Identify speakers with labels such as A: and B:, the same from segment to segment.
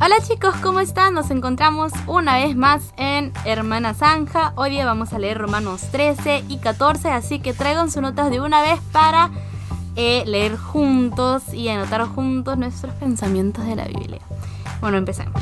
A: Hola chicos, ¿cómo están? Nos encontramos una vez más en Hermana Zanja. Hoy día vamos a leer Romanos 13 y 14, así que traigan sus notas de una vez para eh, leer juntos y anotar juntos nuestros pensamientos de la Biblia. Bueno, empecemos.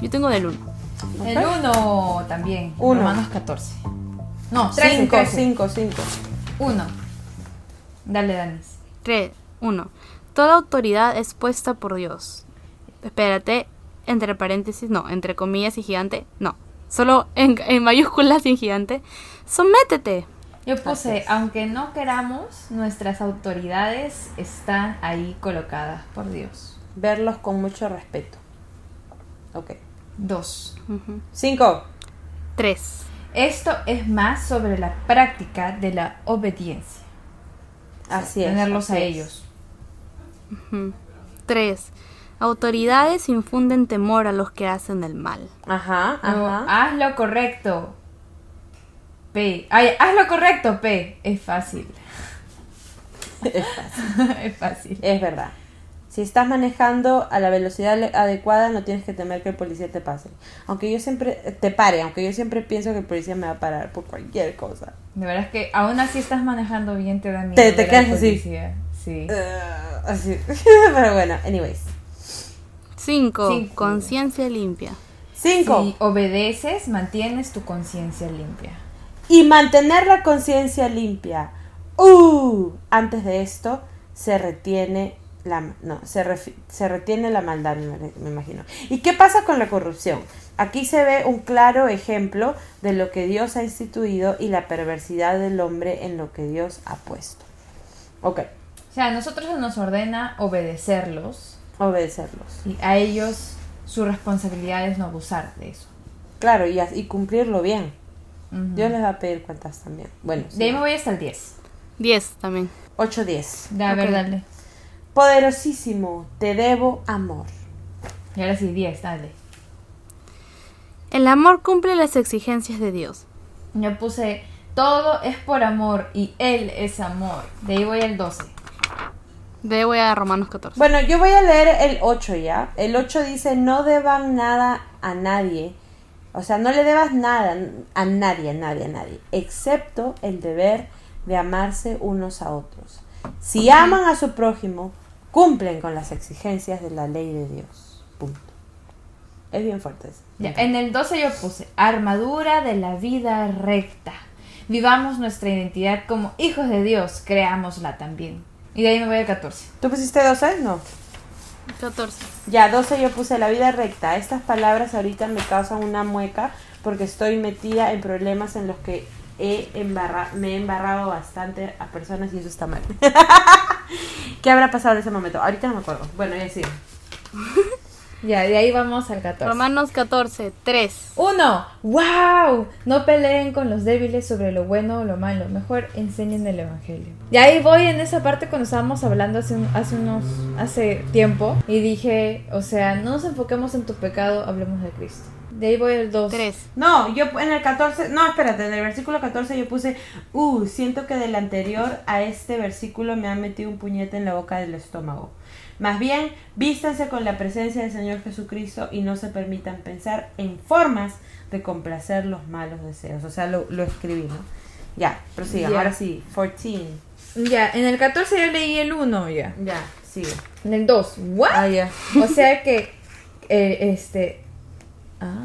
A: Yo tengo del 1.
B: El 1 también.
C: Uno.
B: Romanos 14. No,
C: 5,
B: 13.
C: 5, 5.
B: 1. Dale, Danis.
A: 3, 1. Toda autoridad es puesta por Dios. Espérate, entre paréntesis, no, entre comillas y gigante, no. Solo en, en mayúsculas y en gigante. Sométete.
B: Yo puse, aunque no queramos, nuestras autoridades están ahí colocadas por Dios.
C: Verlos con mucho respeto. Ok.
B: 2.
C: 5.
A: 3.
B: Esto es más sobre la práctica de la obediencia.
C: Así es.
B: Tenerlos a
C: así es.
B: ellos.
A: 3. Autoridades infunden temor a los que hacen el mal.
C: Ajá,
B: No, ah.
C: ajá.
B: haz lo correcto. P. Ay, haz lo correcto, P. Es fácil. es fácil.
C: Es verdad. Si estás manejando a la velocidad le- adecuada, no tienes que temer que el policía te pase. Aunque yo siempre eh, te pare, aunque yo siempre pienso que el policía me va a parar por cualquier cosa.
B: De verdad es que aún así estás manejando bien, te da miedo.
C: Te- te
B: ver al
C: quedas así.
B: policía. Sí.
C: Eh, así. Pero bueno, anyways.
A: 5.
B: Cinco.
A: Conciencia limpia.
C: 5.
B: Si obedeces, mantienes tu conciencia limpia.
C: y mantener la conciencia limpia. ¡Uh! Antes de esto se retiene la no, se, refi- se retiene la maldad, me, me imagino. ¿Y qué pasa con la corrupción? Aquí se ve un claro ejemplo de lo que Dios ha instituido y la perversidad del hombre en lo que Dios ha puesto. Ok,
B: O sea, a nosotros se nos ordena obedecerlos
C: obedecerlos.
B: y a ellos su responsabilidad es no abusar de eso.
C: Claro, y, as- y cumplirlo bien.
B: Ujú.
C: Dios les va a pedir cuentas también. Bueno,
B: De ahí me voy hasta el 10.
A: 10 también.
C: 8-10.
B: Da,
A: Ok.
B: dale.
C: Poderosísimo, te debo amor.
B: Y ahora sí, 10, dale.
A: El amor cumple las exigencias de Dios.
B: Yo puse, todo es por amor y Él es amor. De ahí voy al 12.
A: De voy a Romanos 14.
C: Bueno, yo voy a leer el 8 ya. El 8 dice, no deban nada a nadie. O sea, no le debas nada a nadie, a nadie, a nadie. Excepto el deber de amarse unos a otros. Si aman a su prójimo, cumplen con las exigencias de la ley de Dios. Punto. Es bien fuerte. eso.
B: Ya, en el 12 yo puse, armadura de la vida recta. Vivamos nuestra identidad como hijos de Dios, creámosla también. Y de ahí me voy al 14.
C: ¿Tú pusiste 12? No.
A: 14.
C: Ya, 12 yo puse la vida recta. Estas palabras ahorita me causan una mueca porque estoy metida en problemas en los que he embarra me he embarrado bastante a personas y eso está mal. ¿Qué habrá pasado en ese momento? Ahorita no me acuerdo. Bueno, ya sí.
B: Ya, de ahí vamos al 14.
A: Romanos 14. 3.
B: 1. ¡Wow! No peleen con los débiles sobre lo bueno o lo malo. Mejor enseñen el Evangelio. Y ahí voy en esa parte cuando estábamos hablando hace, un- hace unos. hace tiempo. Y dije, o sea, no nos enfoquemos en tu pecado, hablemos de Cristo. De ahí voy al 2.
A: 3.
C: No, yo en el 14, no, espérate, en el versículo 14 yo puse, uh, siento que del anterior a este versículo me han metido un puñete en la boca del estómago. Más bien, vístanse con la presencia del Señor Jesucristo y no se permitan pensar en formas de complacer los malos deseos. O sea, lo, lo escribí, ¿no? Ya, prosiga,
B: Ya.
C: ahora sí, 14.
B: Ya, en el 14 yo leí el 1 ya.
C: Ya, sigue.
B: En el 2. ¿What?
C: Ah, ya.
B: O sea que, eh, este, ah,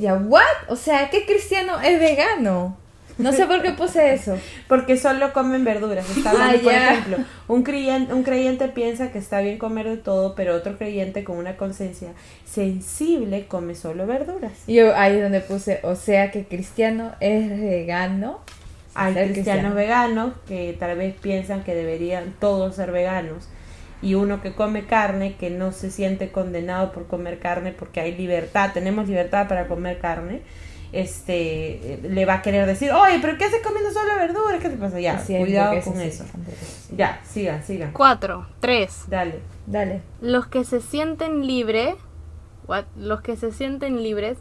B: ya, what? O sea, ¿qué cristiano es vegano? No sé por qué puse eso.
C: Porque solo comen verduras. Está hablando,
B: Ah,
C: por
B: ya.
C: ejemplo, un creyente, un creyente piensa que está bien comer de todo, pero otro creyente con una conciencia sensible come solo verduras.
B: Y yo ahí es donde puse, o sea que cristiano es vegano.
C: Hay
B: Ser
C: cristianos veganos que tal vez piensan que deberían todos ser veganos. Y uno que come carne, que no se siente condenado por comer carne porque hay libertad, tenemos libertad para comer carne, este eh, le va a querer decir, oye, pero ¿qué haces comiendo solo verduras? ¿Qué te pasa? Ya,
B: Así es,
C: cuidado
B: porque
C: con
B: sí,
C: eso.
B: sí.
C: Ya, sigan, sigan.
A: 4. 3.
C: Dale.
B: Dale.
A: Los que se sienten libre, what? los que se sienten libres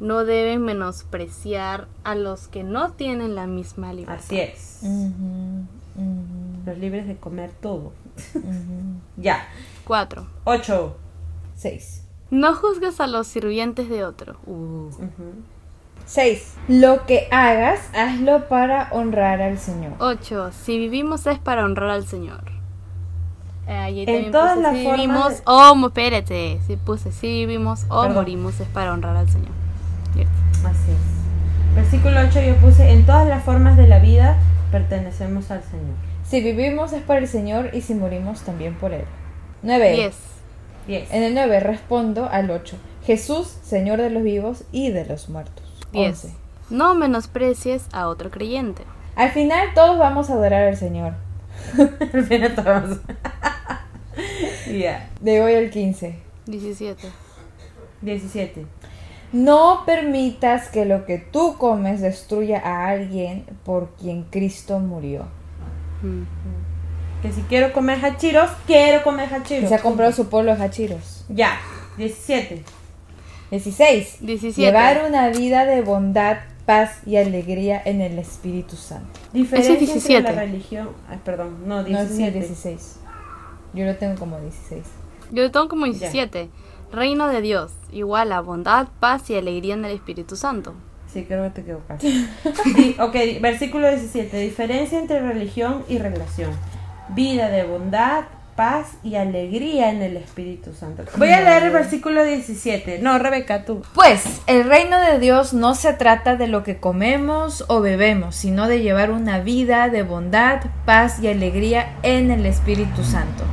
A: no deben
B: Mm.
A: menospreciar a los que no tienen la misma libertad.
C: Así es.
B: Ujú, ujú.
C: los libres de comer todo. ya.
A: 4.
C: Ocho.
B: Seis.
A: No juzgues a los sirvientes de otro. Uh.
C: Ujú.
B: 6. Lo que hagas, hazlo para honrar al Señor.
A: 8. Si vivimos es para honrar al Señor. Eh, ahí también
C: todas
A: puse,
C: las
A: si
C: formas
A: vivimos
C: de-
A: o mo- espérate, si puse si vivimos o
C: Perdón.
A: morimos es para honrar al Señor. Bien.
C: Así es. Versículo 8 yo puse, en todas las formas de la vida pertenecemos al Señor.
B: Si vivimos es para el Señor y si morimos también por Él. 9.
A: 10.
C: Diez.
B: En el 9 respondo al 8. Jesús, Señor de los vivos y de los muertos.
A: 10.
B: 11.
A: No menosprecies a otro creyente.
B: Al final todos vamos a adorar al Señor.
C: Al final todos. Ya.
B: De hoy al 15.
A: 17.
C: 17.
B: No permitas que lo que tú comes destruya a alguien por quien Cristo murió.
A: Mm.
C: Que si quiero comer hachiros, quiero comer
B: Y
C: hachiros.
B: se ha comprado su pueblo de hachiros.
C: Ya. 17.
B: 16.
A: 17.
B: Llevar una vida de bondad, paz y alegría en el Espíritu Santo.
C: Diferencia
A: Ese es 17.
C: entre la religión... Ay, perdón. No,
B: No es
C: 17.
B: 16. Yo lo tengo como 16.
A: Yo lo tengo como 17. Reino de Dios igual a bondad, paz y alegría en el Espíritu Santo.
C: sí, creo que te equivocaste. Di- ok, di- versículo 17. Diferencia entre religión y relación. Vida de bondad, paz y alegría en el Espíritu Santo. Voy a leer el versículo 17. No, Rebeca, tú.
B: Pues el reino de Dios no se trata de lo que comemos o bebemos, sino de llevar una vida de bondad, paz y alegría en el Espíritu Santo.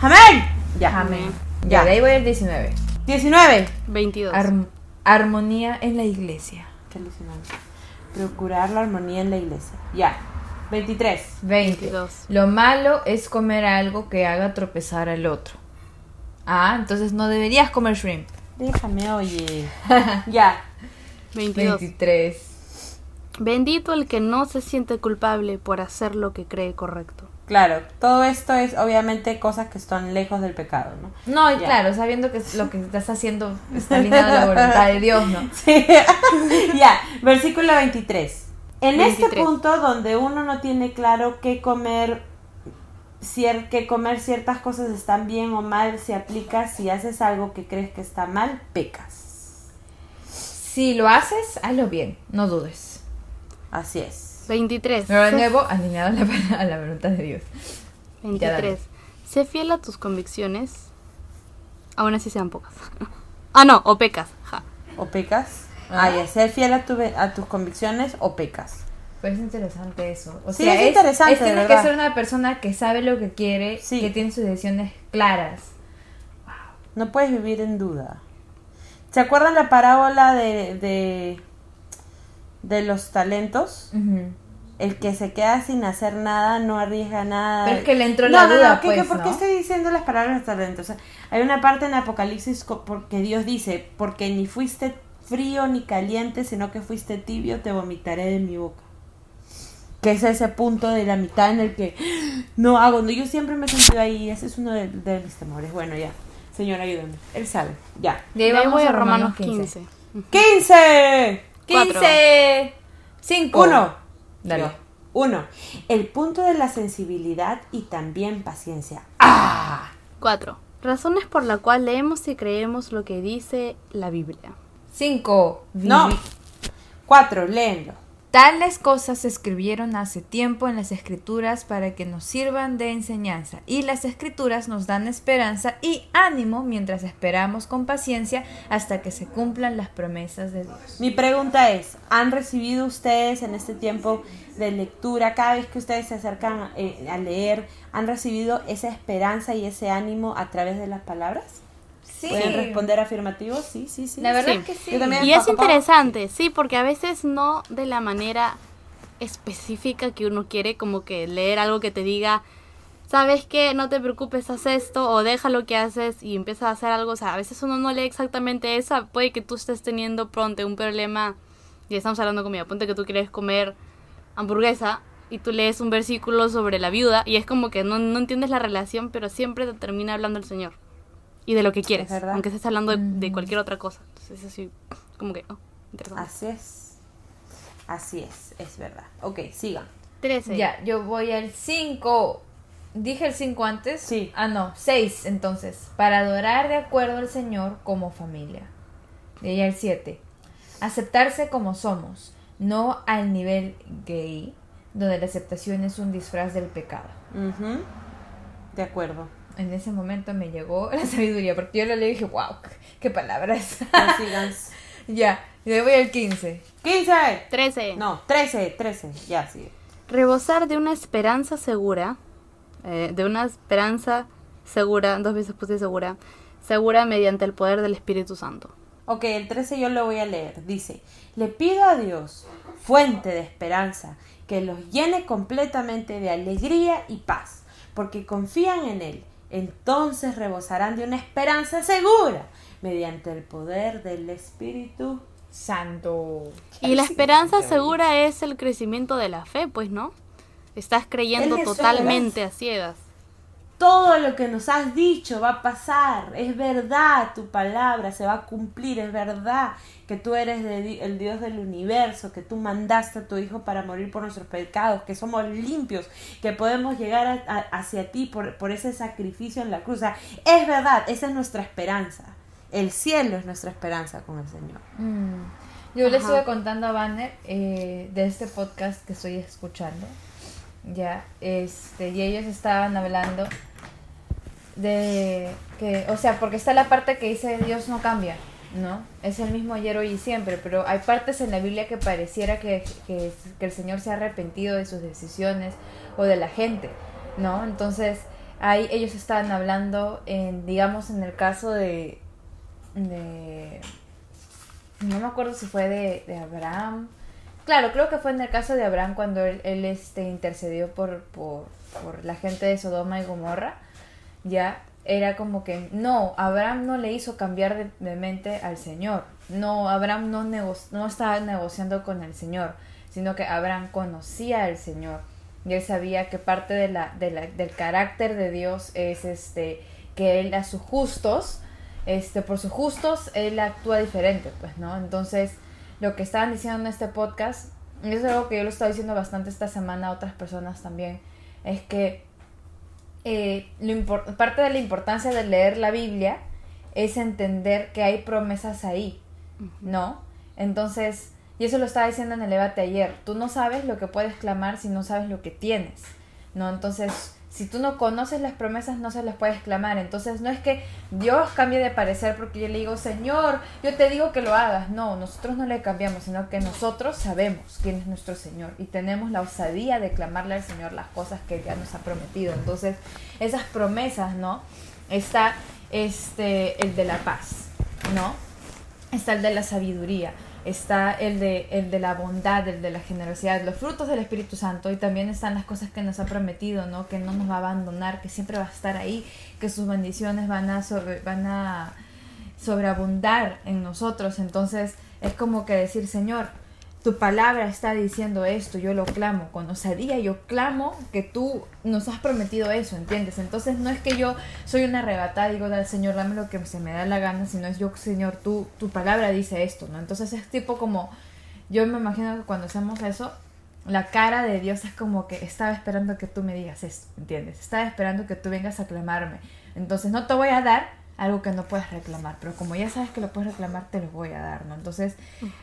C: ¡Amén! Ya.
B: Amén.
C: Ya.
B: Ya, de ahí voy al 19.
C: 19.
A: 22.
B: Arm- armonía en la iglesia.
C: Qué alucinante. Procurar la armonía en la iglesia. Ya. 23.
B: 20.
A: 22.
B: Lo malo es comer algo que haga tropezar al otro. Ah, entonces no deberías comer shrimp.
C: Déjame, oye. ya.
A: 22.
B: 23.
A: Bendito el que no se siente culpable por hacer lo que cree correcto.
C: Claro, todo esto es obviamente cosas que están lejos del pecado, ¿no?
B: No, y
C: Ya.
B: claro, sabiendo que lo que estás haciendo está alineado a la voluntad de Dios, ¿no?
C: Sí. ya, versículo 23. En
A: 23.
C: este punto donde uno no tiene claro qué comer, cier que comer ciertas cosas están bien o mal, si aplicas, si haces algo que crees que está mal, pecas.
B: Si lo haces, hazlo bien, no dudes.
C: Así es.
A: 23.
B: Pero de nuevo, alineado a la, a la voluntad de Dios. Ya,
A: 23.
B: dale.
A: Sé fiel a tus convicciones, aún así sean pocas. ah, no, o pecas. ja.
C: ¿O pecas?
B: Ah.
C: Ah, ya, ser fiel a, tu ve- a tus convicciones o pecas.
B: Pero Pues es interesante eso. O
C: Sí,
B: sea,
C: es interesante, de
B: tiene que
C: verdad.
B: ser una persona que sabe lo que quiere,
C: Sí.
B: que tiene sus decisiones claras.
C: No puedes vivir en duda. ¿Se acuerdan la parábola de, de, de los talentos?
B: Ujú.
C: El que se queda sin hacer nada, no arriesga nada.
B: Pero es que le entró la duda,
C: ¿qué-
B: pues,
C: qué- ¿Por
B: ¿no?
C: qué estoy diciendo las palabras de talentos? O sea, hay una parte en Apocalipsis co- porque Dios dice, porque ni fuiste frío ni caliente, sino que fuiste tibio, te vomitaré de mi boca. Que es ese punto de la mitad en el que no hago, no, yo siempre me he sentido ahí, ese es uno de, de mis temores. Bueno, ya, Señor, ayúdame. Él sabe, ya.
B: De ahí
A: De ahí
B: vamos
A: voy
B: a Romanos 15.
C: 15.
A: Cuatro.
B: 15. 5.
C: Uno.
B: Oh, Dale.
C: Yo. Uno. El punto de la sensibilidad y también paciencia.
A: 4. Razones por la cual leemos y creemos lo que dice la Biblia.
B: 5.
C: No. Cuatro. Léenlo.
B: Tales cosas se escribieron hace tiempo en las escrituras para que nos sirvan de enseñanza. Y las escrituras nos dan esperanza y ánimo mientras esperamos con paciencia hasta que se cumplan las promesas de Dios.
C: Mi pregunta es, ¿han recibido ustedes en este tiempo de lectura, cada vez que ustedes se acercan eh, a leer, han recibido esa esperanza y ese ánimo a través de las palabras?
B: Sí.
C: ¿Pueden responder afirmativos? Sí, sí, sí.
B: La verdad
A: Sí.
B: es que sí.
C: Yo también.
A: Y es
C: Papá.
A: interesante, sí, porque a veces no de la manera específica que uno quiere, como que leer algo que te diga, sabes que no te preocupes, haz esto o deja lo que haces y empieza a hacer algo. O sea, a veces uno no lee exactamente eso, puede que tú estés teniendo pronto un problema, y estamos hablando de comida, ponte que tú quieres comer hamburguesa y tú lees un versículo sobre la viuda y es como que no, no entiendes la relación, pero siempre te termina hablando el Señor. Y de lo que quieres,
C: verdad.
A: aunque estés hablando de, de cualquier otra cosa. Entonces, eso sí, como que, oh, interesante.
C: Así es. Así es, es verdad. Ok, sigan.
A: 13.
B: Ya, yo voy al 5. ¿Dije el 5 antes?
C: Sí.
B: Ah, no, 6 entonces. Para adorar de acuerdo al Señor como familia. De ahí al 7. Aceptarse como somos, no al nivel gay, donde la aceptación es un disfraz del pecado.
C: Ujú. De acuerdo.
B: En ese momento me llegó la sabiduría, porque yo lo leí y dije, wow, qué palabras.
C: Consigas.
B: ya, y de ahí voy al 15.
C: 15.
A: 13.
C: No, 13, 13. Ya, sí.
A: Rebosar de una esperanza segura, eh, de una esperanza segura, dos veces puse segura, segura mediante el poder del Espíritu Santo.
C: Ok, el 13 yo lo voy a leer. Dice, le pido a Dios, fuente de esperanza, que los llene completamente de alegría y paz, porque confían en Él. Entonces rebosarán de una esperanza segura, mediante el poder del Espíritu.
B: Santo.
A: Y la esperanza segura es el crecimiento de la fe, pues, ¿no? Estás creyendo
C: Él es
A: totalmente a ciegas.
C: Todo lo que nos has dicho va a pasar, es verdad, tu palabra se va a cumplir, es verdad que tú eres de di- el Dios del universo, que tú mandaste a tu Hijo para morir por nuestros pecados, que somos limpios, que podemos llegar a- a- hacia ti por, por ese sacrificio en la cruz. O sea, es verdad, esa es nuestra esperanza. El cielo es nuestra esperanza con el Señor.
B: Mm. Yo
A: Ajá.
B: le estuve contando a Banner eh, de este podcast que estoy escuchando. Ya, este, y ellos estaban hablando de que, o sea, porque está la parte que dice Dios no cambia, ¿no? Es el mismo ayer, hoy y siempre, pero hay partes en la Biblia que pareciera que, que- que el Señor se ha arrepentido de sus decisiones o de la gente, ¿no? Entonces, ahí ellos estaban hablando, en, digamos, en el caso de, de no me acuerdo si fue de, de Abraham. Claro, creo que fue en el caso de Abraham cuando él, él, este, intercedió por, por, por la gente de Sodoma y Gomorra. Ya era como que no, Abraham no le hizo cambiar de, de mente al Señor. No, Abraham no, nego- no estaba negociando con el Señor, sino que Abraham conocía al Señor. Y él sabía que parte de la, de la- del carácter de Dios es este que él a sus justos este, por sus justos, él actúa diferente, pues, ¿no? Entonces, lo que estaban diciendo en este podcast, y eso es algo que yo lo estaba diciendo bastante esta semana a otras personas también, es que eh, lo impor- parte de la importancia de leer la Biblia es entender que hay promesas ahí, ¿no? Entonces, y eso lo estaba diciendo en el debate ayer, tú no sabes lo que puedes clamar si no sabes lo que tienes, ¿no? Entonces, si tú no conoces las promesas, no se las puedes clamar. Entonces, no es que Dios cambie de parecer porque yo le digo, Señor, yo te digo que lo hagas. No, nosotros no le cambiamos, sino que nosotros sabemos quién es nuestro Señor y tenemos la osadía de clamarle al Señor las cosas que ya nos ha prometido. Entonces, esas promesas, ¿no? Está este, el de la paz, ¿no? está el de la sabiduría, está el de, el de la bondad, el de la generosidad, los frutos del Espíritu Santo y también están las cosas que nos ha prometido, ¿no? Que no nos va a abandonar, que siempre va a estar ahí, que sus bendiciones van a sobre, van a sobreabundar en nosotros. Entonces es como que decir, Señor, tu palabra está diciendo esto, yo lo clamo, con osadía yo clamo que tú nos has prometido eso, ¿entiendes? Entonces no es que yo soy una arrebatada y digo, "Dale, Señor, dame lo que se me da la gana, sino es yo, Señor, tú, tu palabra dice esto, ¿no? Entonces es tipo como, yo me imagino que cuando hacemos eso, la cara de Dios es como que estaba esperando que tú me digas esto, ¿entiendes? Estaba esperando que tú vengas a clamarme. Entonces no te voy a dar algo que no puedes reclamar, pero como ya sabes que lo puedes reclamar, te lo voy a dar, ¿no? Entonces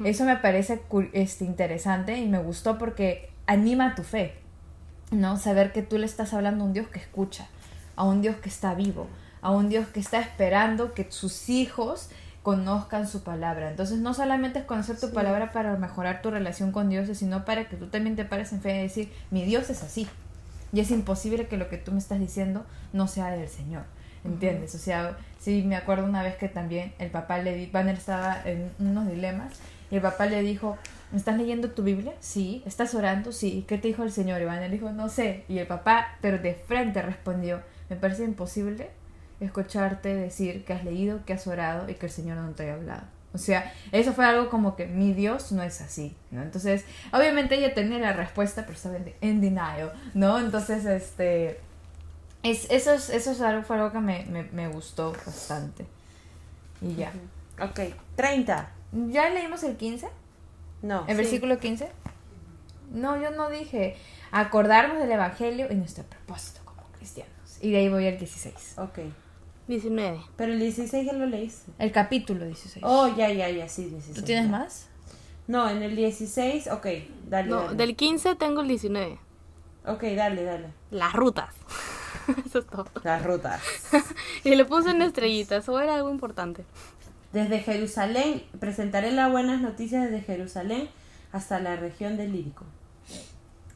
B: eso me parece cu- este, interesante y me gustó porque anima tu fe, ¿no? Saber que tú le estás hablando a un Dios que escucha, a un Dios que está vivo, a un Dios que está esperando que sus hijos conozcan su palabra. Entonces no solamente es conocer tu palabra para mejorar tu relación con Dios, sino para que tú también te pares en fe y decir, mi Dios es así. Y es imposible que lo que tú me estás diciendo no sea del Señor. ¿Entiendes? O sea, sí, me acuerdo una vez que también el papá le dijo, Banner estaba en unos dilemas, y el papá le dijo, ¿me ¿estás leyendo tu Biblia? Sí. ¿Estás orando? Sí. ¿Y qué te dijo el Señor? Y Banner dijo, no sé. Y el papá, pero de frente respondió, me parece imposible escucharte decir que has leído, que has orado y que el Señor no te haya hablado. O sea, eso fue algo como que mi Dios no es así, ¿no? Entonces, obviamente ella tenía la respuesta, pero estaba en, en denial, ¿no? Entonces, este... Es, eso, es, eso es algo, fue algo que me, me, me gustó bastante. Y ya.
C: Ok, 30.
B: ¿Ya leímos el 15?
C: No.
B: ¿El versículo 15? No, yo no dije acordarnos del Evangelio y nuestro propósito como cristianos. Y de ahí voy al 16.
C: Ok.
A: 19.
C: Pero el 16 ya lo leíste.
B: El capítulo 16.
C: Oh, ya, ya, ya, sí, 16.
B: ¿Tú tienes
C: ya.
B: más?
C: No, en el 16, ok, dale.
A: No,
C: dale.
A: del 15 tengo el 19.
C: Ok, dale, dale.
A: Las rutas. Eso es todo.
C: Las rutas.
A: Y le puse en estrellitas, eso era algo importante.
C: Desde Jerusalén, presentaré las buenas noticias desde Jerusalén hasta la región del Lírico.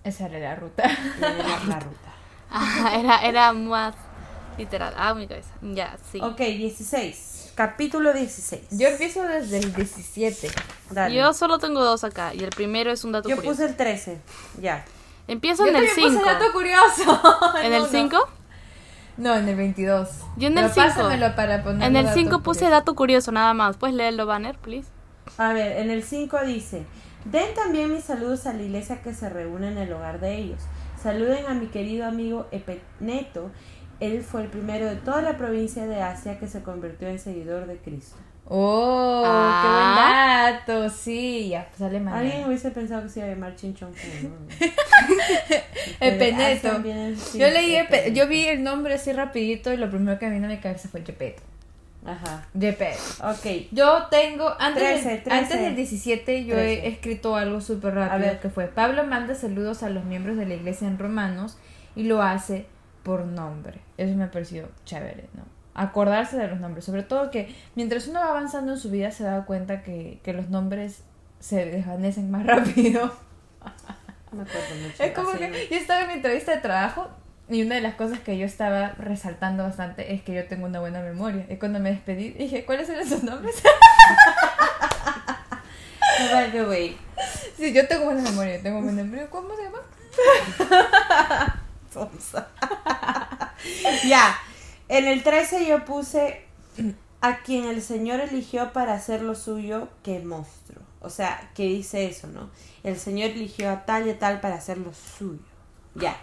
B: Esa era la ruta.
C: Y ahí la, la ruta.
A: Ah, era, era más literal. Ah, mi cabeza. Ya, sí.
C: Ok, 16. Capítulo 16.
B: Yo empiezo desde el 17.
C: Dale.
A: Yo solo tengo dos acá y el primero es un dato
C: Yo
A: curioso.
C: puse el 13. Ya.
A: Empiezo en
B: Yo
A: el
B: también puse
A: 5.
B: dato curioso.
A: ¿En
B: No,
A: el
B: no.
A: 5?
B: No, en el 22.
A: Yo en
B: Pero
A: el cinco.
B: pásamelo para poner
A: En el
B: dato
A: 5 puse
B: curioso.
A: dato curioso nada más. ¿Puedes leerlo, banner, please?
C: A ver, en el 5 dice, den también mis saludos a la iglesia que se reúne en el hogar de ellos. Saluden a mi querido amigo Epeneto. Él fue el primero de toda la provincia de Asia que se convirtió en seguidor de Cristo.
B: Oh,
A: Ah.
B: qué buen dato. Sí, ya, pues sale
C: Alguien
B: mañana.
C: hubiese pensado que se iba a llamar Chinchón. pero no.
B: Epeneto.
C: Ah, también, sí,
B: Yo leí,
C: Epeneto.
B: Epe- yo vi el nombre así rapidito y lo primero que vino a mi cabeza fue Jepeto.
C: Ajá.
B: Jepeto.
C: Ok.
B: Yo tengo, antes,
C: Trece,
B: del,
C: trece.
B: antes del 17 yo he
C: Trece.
B: escrito algo súper
C: A ver.
B: rápido que fue, Pablo manda saludos a los miembros de la iglesia en Romanos y lo hace por nombre. Eso me pareció chévere, ¿no? Acordarse de los nombres, sobre todo que mientras uno va avanzando en su vida se da cuenta que, que los nombres se desvanecen más rápido.
C: No me acuerdo mucho.
B: Es como
C: Así
B: que yo estaba en mi entrevista de trabajo y una de las cosas que yo estaba resaltando bastante es que yo tengo una buena memoria. Y cuando me despedí dije, ¿cuáles eran sus nombres?
C: no. By the way,
B: Sí, yo tengo buena memoria, yo tengo buena memoria. ¿Cómo se llama?
C: Ya, en el 13 yo puse a quien el Señor eligió para hacer lo suyo, qué monstruo. O sea, que dice eso, ¿no? El Señor eligió a tal y a tal para hacer lo suyo. Ya,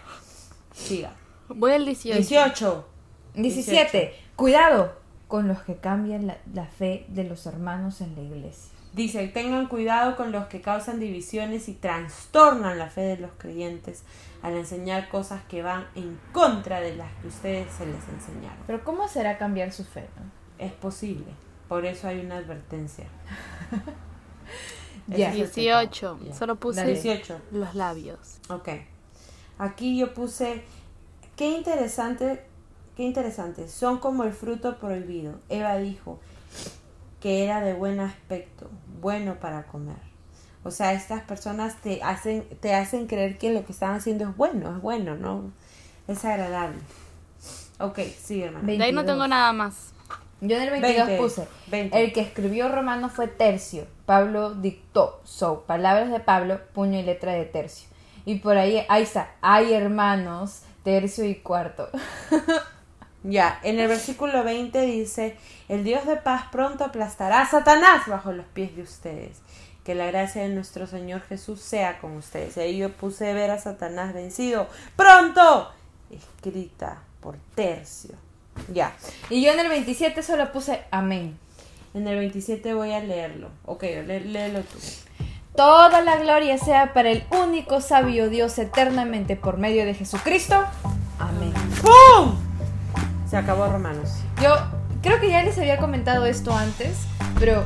C: siga.
A: Voy al 18.
C: 18.
B: 17. Cuidado con los que cambian la, la fe de los hermanos en la iglesia.
C: Dice, tengan cuidado con los que causan divisiones y trastornan la fe de los creyentes al enseñar cosas que van en contra de las que ustedes se les enseñaron.
B: Pero ¿cómo será cambiar su fe? no?
C: Es posible, por eso hay una advertencia.
B: Ya.
C: Es lo que está.
A: 18.
C: Ya.
A: Solo puse
B: Dale.
C: 18.
A: los labios.
C: Ok. Aquí yo puse, qué interesante, qué interesante, son como el fruto prohibido. Eva dijo que era de buen aspecto, bueno para comer. O sea, estas personas te hacen, te hacen creer que lo que están haciendo es bueno, es bueno, ¿no? Es agradable. Ok, sí, hermano.
A: De ahí no
B: 22.
A: tengo nada más.
B: Yo en el 22
C: Veinte.
B: puse,
C: Veinte.
B: el que escribió Romano fue Tercio, Pablo dictó, so, palabras de Pablo, puño y letra de Tercio. Y por ahí, ahí está, hay hermanos, Tercio y Cuarto.
C: Ya, en el versículo 20 dice, el Dios de paz pronto aplastará a Satanás bajo los pies de ustedes. Que la gracia de nuestro Señor Jesús sea con ustedes. Y ahí yo puse ver a Satanás vencido. ¡Pronto! Escrita por tercio. Ya,
B: Y yo en el 27 solo puse, amén.
C: en el 27 voy a leerlo. Ok, lé- léelo tú.
B: Toda la gloria sea para el único sabio Dios eternamente por medio de Jesucristo. Amén.
C: ¡Pum! Se acabó, Romanos.
B: Yo creo que ya les había comentado esto antes, pero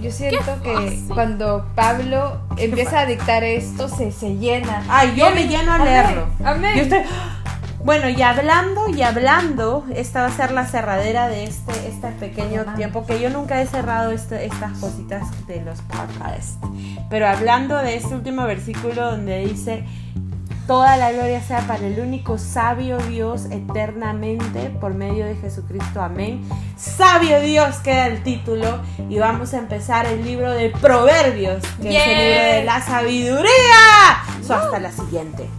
B: yo siento que cuando Pablo empieza a dictar esto, se, se llena.
C: Ay, yo me lleno a
B: Amén,
C: leerlo.
B: Amén.
C: Y usted- Bueno, y hablando y hablando, esta va a ser la cerradera de este, este pequeño tiempo que yo nunca he cerrado este- estas cositas de los podcasts. Pero hablando de este último versículo donde dice, toda la gloria sea para el único sabio Dios eternamente por medio de Jesucristo. Amén. Sabio Dios queda el título y vamos a empezar el libro de Proverbios, que es el libro
B: Bien.
C: de la sabiduría. So, hasta la siguiente.